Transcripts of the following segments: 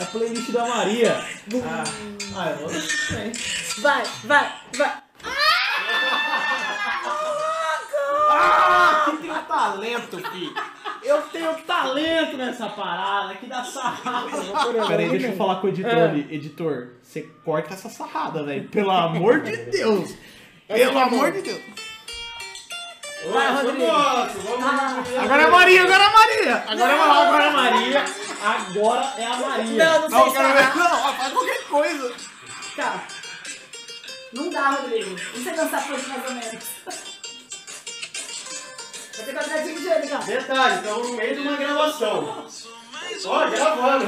É playlist da Maria. Ah, eu não Vai, vai, vai. Ah, Aqui tem um talento, filho. Eu Então, tenho talento nessa parada, que dá sarrada. Peraí, deixa eu falar com o editor É. ali. Editor, você corta essa sarrada, velho. Pelo amor de Deus. Pelo amor de Deus. Vai, Rodrigo. Agora é a Maria, agora é a Maria. Agora é a Maria. Agora é a Maria, agora é a Maria. Não, não sei Não, cara, sarrar. não, faz qualquer coisa. Tá. Não dá, Rodrigo. Não sei dançar funk mais ou menos. Vai ter quadradinho de olho, cara. Detalhe, estamos no meio de uma gravação. Ó, gravando.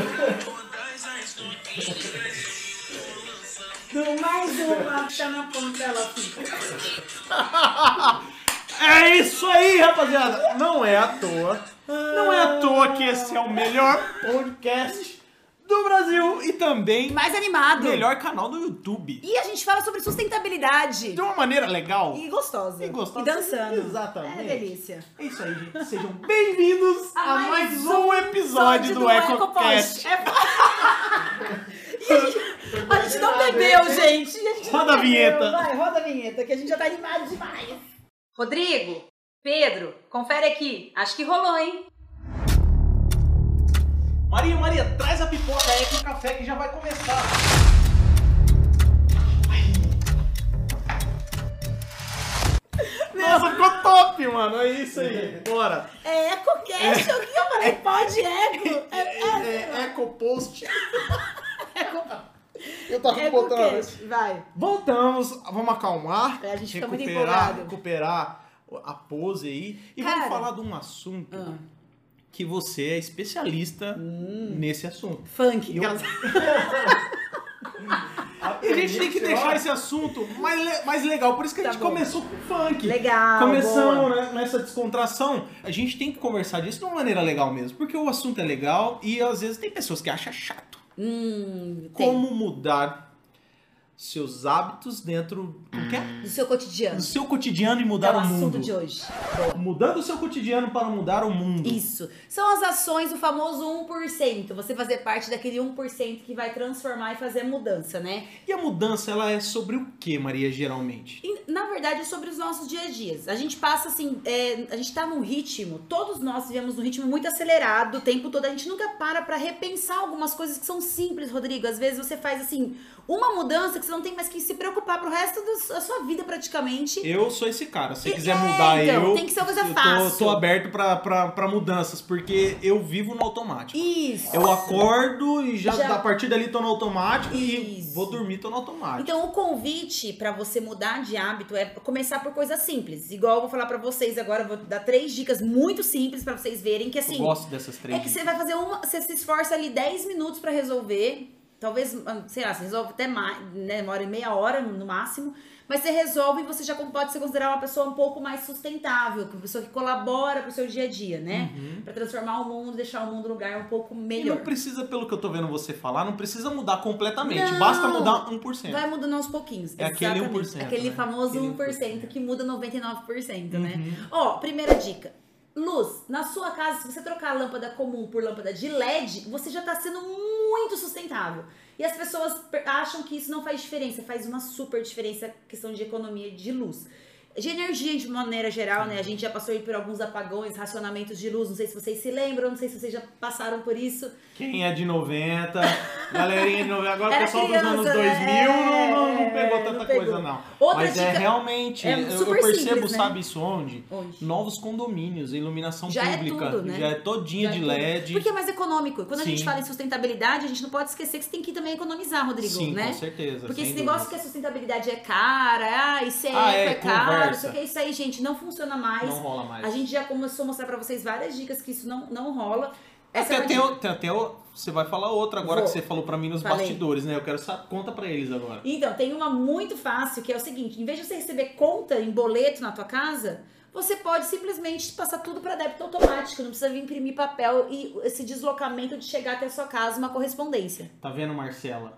No mais uma, tá na ponta, ela fica. É isso aí, rapaziada. Não é à toa. Não é à toa que esse é o melhor podcast do Brasil e também Mais o animado. melhor canal do YouTube. E a gente fala sobre sustentabilidade. De uma maneira legal. E gostosa. E gostosa. E dançando. Exatamente. É delícia. É isso aí, gente. Sejam bem-vindos A a mais mais um episódio do EcoCast. É... E a gente, a gente não bebeu, gente. A gente não Roda a bebeu. vinheta. Vai, roda a vinheta, que a gente já tá animado demais. Rodrigo, Pedro, confere aqui. Acho que rolou, hein? Maria, Maria, traz a pipoca aí que o café que já vai começar. Nossa, ficou top, mano. É isso aí. Bora. É EcoCast, eu que eu falei, pode eco. É, é, É EcoPost. eu um tava EcoCast, vai. Voltamos, vamos acalmar, É, a gente fica muito recuperar, empolgado. recuperar a pose aí e Cara. vamos falar de um assunto Ah. que você é especialista nesse assunto. Funk. Eu- aquelas- E a gente tem que deixar esse assunto mais, le- mais legal, por isso que a Tá gente bom. começou com funk. Legal, boa. Começamos né, nessa descontração, a gente tem que conversar disso de uma maneira legal mesmo, porque o assunto é legal e às vezes tem pessoas que acham chato. Hum, tem. Como mudar seus hábitos dentro como que é? Do seu cotidiano. do seu cotidiano e É mudar o o assunto mundo. de hoje. Mudando o seu cotidiano para mudar o mundo. Isso. São as ações, o famoso 1%. Você fazer parte daquele 1% que vai transformar e fazer mudança, né? E a mudança, ela é sobre o que, Maria, geralmente? E, na verdade, é sobre os nossos dia a dias. A gente passa assim, é, a gente tá num ritmo, todos nós vivemos num ritmo muito acelerado o tempo todo. A gente nunca para pra repensar algumas coisas que são simples, Rodrigo. Às vezes você faz assim, uma mudança que você não tem mais que se preocupar pro resto do- da sua vida praticamente. Eu sou esse cara. Se você E- quiser é, mudar então, eu, tem que ser uma coisa eu tô- fácil. tô, aberto pra- pra pra mudanças, porque eu vivo no automático. Isso. Eu acordo e já, Já- a partir dali tô no automático Isso. e vou dormir tô no automático. Então, o convite pra você mudar de hábito é começar por coisas simples. Igual eu vou falar pra vocês agora, eu vou dar três dicas muito simples pra vocês verem que assim, eu gosto dessas três. é que você dicas. vai fazer uma, você se esforça ali 10 minutos pra resolver, talvez, ah, sei lá, você resolve até mais, né, uma hora e meia hora no máximo, mas você resolve e você já pode se considerar uma pessoa um pouco mais sustentável, uma pessoa que colabora pro seu dia a dia, né? Uhum. Pra transformar o mundo, deixar o mundo um lugar um pouco E não melhor. precisa, pelo que eu tô vendo você falar, não precisa mudar completamente. Não. Basta mudar 1%. Vai mudando aos pouquinhos. É aquele exatamente. 1%, Aquele né? famoso Aquele 1% que muda 99%, né? Uhum. Ó, primeira dica. Luz, na sua casa, se você trocar a lâmpada comum por lâmpada de LED, você já tá sendo muito sustentável. E as pessoas per- acham que isso não faz diferença, faz uma super diferença questão de economia de luz. De energia de maneira geral, né? A gente já passou aí por alguns apagões, racionamentos de luz, não sei se vocês se lembram, não sei se vocês já passaram por isso. Quem é de 90, galerinha de 90, agora o Era pessoal criança, dos anos 2000 né? não, não- não pegou É, tanta não coisa, pegou. não. Outra Mas é dica- realmente, é eu- eu, super percebo, simples, né? sabe isso onde? Onde? Novos condomínios, iluminação Já é pública, tudo, né? já é todinha Já de é LED. Porque é mais econômico. Quando a gente Sim. fala em sustentabilidade, a gente não pode esquecer que você tem que também economizar, Rodrigo, Sim, né? com certeza. Porque sem esse negócio que dúvida. a sustentabilidade é cara, ah, isso é, Ah, eco, é, é caro, conversa. isso aqui é isso aí, gente, não funciona é mais. não rola mais. A gente já começou a mostrar pra vocês várias dicas que isso não, não rola. Até, Essa é uma tem, dica. o- tem até o- você vai falar outra agora Vou. que você falou pra mim nos Falei. bastidores, né? Eu quero saber, conta pra eles agora. Então, tem uma muito fácil, que é o seguinte, em vez de você receber conta em boleto na tua casa, você pode simplesmente passar tudo para débito automático, não precisa vir imprimir papel e esse deslocamento de chegar até a sua casa uma correspondência. Tá vendo, Marcela?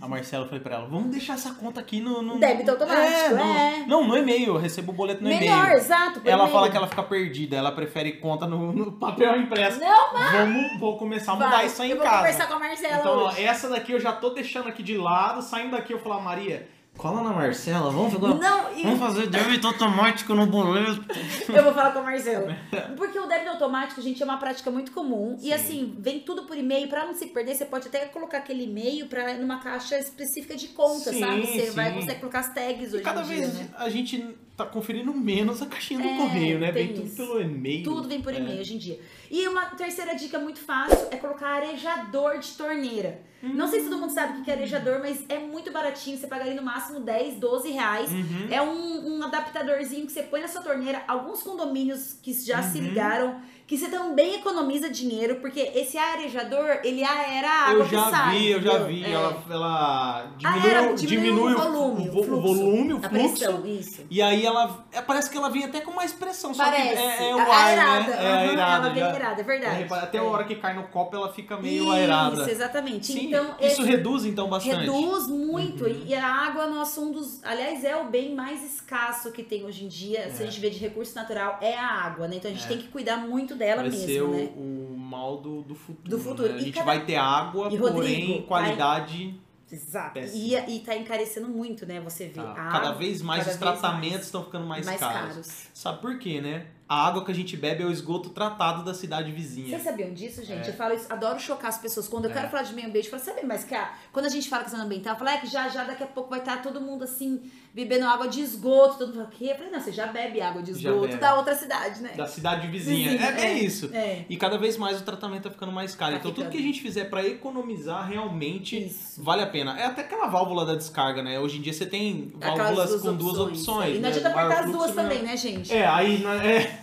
A Marcela foi pra ela, vamos deixar essa conta aqui no... no... Débito automático, no- é. Não, no e-mail, eu recebo o boleto no e-mail. Melhor, exato. por Ela e-mail. fala que ela fica perdida, ela prefere conta no, no papel impresso. Não, Vamos, vou começar a mudar vai, isso aí eu em vou casa. conversar com a Marcela Então, ó, hoje. essa daqui eu já tô deixando aqui de lado, saindo daqui eu falar, Maria, cola na Marcela, vamos fazer, Não, e vamos fazer débito automático no boleto. eu vou falar com a Marcela. Porque o débito automático, gente, é uma prática muito comum. E assim, vem tudo por e-mail. Pra não se perder, você pode até colocar aquele e-mail pra, numa caixa específica de conta, Sim, sabe? Você sim. vai consegue colocar as tags hoje Cada em dia, vez né? a gente tá conferindo menos a caixinha do É, correio, né? Vem tem tudo isso. pelo e-mail. Tudo vem por É. e-mail hoje em dia. E uma terceira dica muito fácil é colocar arejador de torneira. Não sei se todo mundo sabe o que é arejador, mas é muito baratinho. Você pagaria no máximo 10, 12 reais. Uhum. É um, um adaptadorzinho que você põe na sua torneira. Alguns condomínios que já se Uhum. ligaram, que você também economiza dinheiro, porque esse arejador, ele aera a água Eu que já sai, vi, eu já entendeu? vi. É. Ela, ela diminui, Aera, o- diminui diminui o o, volume, o vo- fluxo, volume, o A fluxo. pressão, isso. E aí ela. é, parece que ela vem até com mais pressão, só Parece. que é, é o A- ar, aerada. né? É aham, aerada. ela vem já- aerada, é eu verdade. reparo, até a É. hora que cai no copo ela fica meio Isso, aerada. exatamente. Sim, então, isso esse- reduz então bastante. Uhum. Reduz muito. E a água é nosso um dos. Aliás, é o bem mais escasso que tem hoje em dia. Se a gente vê de recurso natural, é a água, né? Então a gente É. tem que cuidar muito dela vai mesmo, ser o, né? o mal do, do futuro. Do futuro. né? A E gente cada- vai ter água, E, porém, Rodrigo, qualidade. Exato. Péssimo. E, e tá encarecendo muito, né? Você vê. tá? a Cada água, vez mais cada os vez tratamentos estão ficando mais, mais caros. caros. Sabe por quê, né? A água que a gente bebe é o esgoto tratado da cidade vizinha. Vocês sabiam disso, gente? É. Eu falo isso, adoro chocar as pessoas. Quando eu É. quero falar de meio ambiente, eu falo, sabe, mas que a- quando a gente fala questão ambiental, eu falo, é que já, já daqui a pouco vai estar todo mundo assim, bebendo água de esgoto, todo mundo fala, o quê? Eu falei, não, você já bebe água de Já esgoto bebe. da outra cidade, né? Da cidade vizinha. Vizinha, é, é isso. É. E cada vez mais o tratamento tá ficando mais caro. Tá então tudo ficando. que a gente fizer pra economizar realmente Isso. vale a pena. É até aquela válvula da descarga, né? Hoje em dia você tem válvulas É Aquelas com duas opções. E não né? adianta Maior apertar as fluxo, duas menor- também, né, gente? É, aí na- é,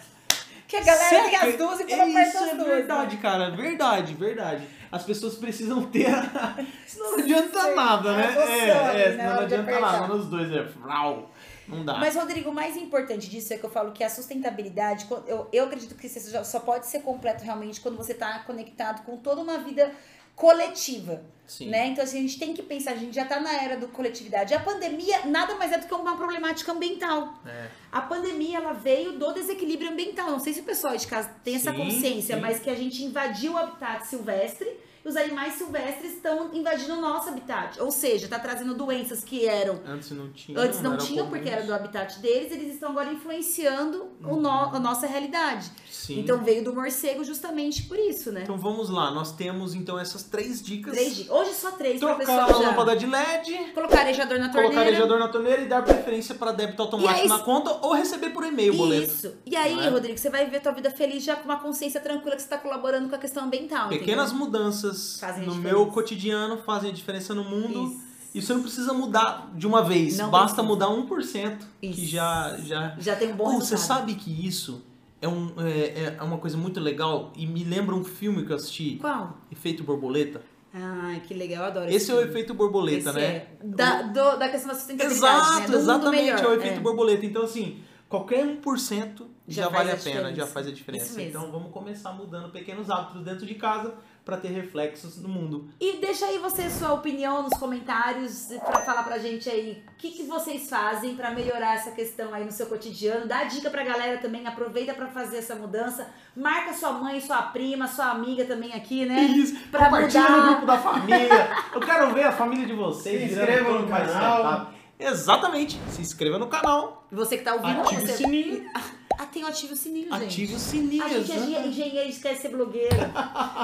Que a galera Você tem as acre- duas e É fala aperta Isso as é duas. né? verdade, cara. Verdade, verdade. As pessoas precisam ter. a- Senão não adianta Sim, nada, né? a noção ali É, é, senão na hora não de adianta apertar. nada. Nos dois é. frau. Não dá. Mas, Rodrigo, o mais importante disso é que eu falo que a sustentabilidade, quando- eu, eu acredito que isso já- só pode ser completo realmente quando você está conectado com toda uma vida coletiva, Sim. né? Então, assim, a gente tem que pensar, a gente já tá na era do coletividade. A pandemia nada mais é do que uma problemática ambiental. É. A pandemia, ela veio do desequilíbrio ambiental. Não sei se o pessoal aí de casa tem essa Sim, consciência, sim. mas que a gente invadiu o habitat silvestre e os animais silvestres estão invadindo o nosso habitat. Ou seja, tá trazendo doenças que eram Antes não tinha. Antes não era tinham, comum. Uhum. porque era do habitat deles, eles estão agora influenciando o no- a nossa realidade. Sim. Então... Então veio do morcego justamente por isso, né? vamos lá. Nós temos então essas três dicas: Três dicas. Hoje só três pra trocar pessoa a já. lâmpada de LED. Colocar arejador na Colocar torneira. arejador na torneira e dar preferência para débito automático aí- na conta ou receber por e-mail o boleto. Isso. E aí, Não é? Rodrigo, você vai ver tua vida feliz já com uma consciência tranquila que você tá colaborando com a questão ambiental. Pequenas mudanças Fazem a no diferença. meu cotidiano fazem a diferença no mundo. entendeu? Isso. Isso. você não precisa mudar de uma vez, Não basta precisa. mudar 1%, que Isso. já já. Já tem um bom Ou você resultado. sabe que isso é, um, é, é uma coisa muito legal e me lembra um filme que eu assisti, Qual? Efeito Borboleta. Ai, que legal, eu adoro Esse é o filme. efeito borboleta, Esse né? é Da, do- da questão da sustentabilidade, né? Exato, Do mundo exatamente, melhor. é o efeito borboleta. Então assim, qualquer 1% já, Já faz vale a, a pena, diferença. já faz a diferença. Isso mesmo. Então vamos começar mudando pequenos hábitos dentro de casa para ter reflexos no mundo. E deixa aí você sua opinião nos comentários pra falar pra gente aí o que, que vocês fazem pra melhorar essa questão aí no seu cotidiano. Dá dica pra galera também, aproveita pra fazer essa mudança. Marca sua mãe, sua prima, sua amiga também aqui, né? Isso, Pra compartilha no mudar. grupo da família. Eu quero ver a família de vocês. Se virando um inscreva no tudo mais canal. setup. Exatamente. Se inscreva no canal, E Você que tá ouvindo, ative você o sininho, Ah, tem o ative o sininho, gente. ative o sininho. A gente é exatamente. engen- engenheiro, esquece ser blogueiro.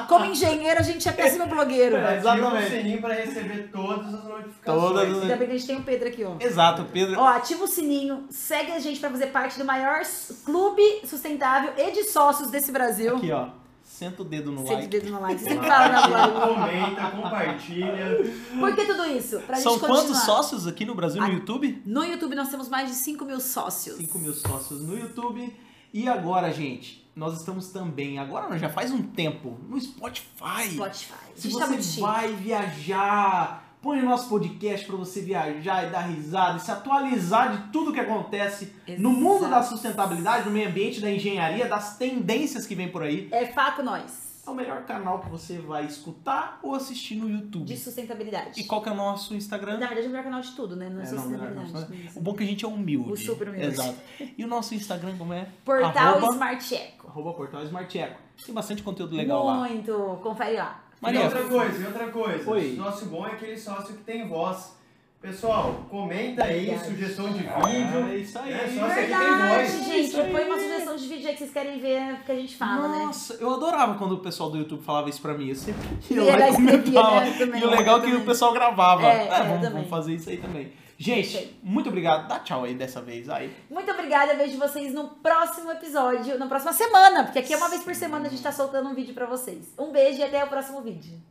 Como engenheiro, a gente é péssimo blogueiro. É. Ativa Exatamente. o sininho pra receber todas as notificações. Todas as- Ainda bem que a gente tem o Pedro aqui, ó. Exato, Pedro. Ó, ativa o sininho, segue a gente pra fazer parte do maior s- clube sustentável e de sócios desse Brasil. Aqui, ó. Senta o dedo no Sente like. dedo no like, sempre fala na live. Comenta, compartilha. né, Por que tudo isso? Pra São gente quantos continuar. Ah, sócios aqui no Brasil no YouTube? No YouTube nós temos mais de 5 mil sócios. 5 mil sócios no YouTube. E agora, gente, nós estamos também, agora não, já faz um tempo, no Spotify. Spotify. A Se gente você tá muito chique. vai viajar, Põe o nosso podcast pra você viajar e dar risada e se atualizar de tudo que acontece no Exato. mundo da sustentabilidade, do meio ambiente, da engenharia, das tendências que vem por aí. É Faco Nós, É o melhor canal que você vai escutar ou assistir no YouTube. de sustentabilidade. E qual que é o nosso Instagram? Na verdade, é o melhor canal de tudo, né? Não é, É, só não, melhor sustentabilidade. canal de né? O bom é que a gente é humilde. O super humilde. Exato. E o nosso Instagram como é? Portal Arroba- Smart Eco. Arroba Portal Smart Eco. Tem bastante conteúdo legal lá. Muito, confere lá. Maria, E outra coisa, e outra coisa. Oi. Sócio bom é aquele sócio que tem voz. Pessoal, comenta aí, Verdade. sugestão de é vídeo. isso aí. É, só você- Verdade, É Isso gente. aí. Põe uma sugestão de vídeo aí que vocês querem ver o que a gente fala, né? Nossa, eu adorava quando o pessoal do YouTube falava isso pra mim. Eu sempre ia E lá ela e escrevia, comentava. né? Também, E o legal é que também. o pessoal gravava. Ah, É, eu vamos, também. vamos fazer isso aí também. Gente, muito obrigado. Dá tchau aí dessa vez. Aí. Muito obrigada, vejo vocês no próximo episódio, na próxima semana, porque aqui é uma vez por semana a gente tá soltando um vídeo pra vocês. Um beijo e até o próximo vídeo.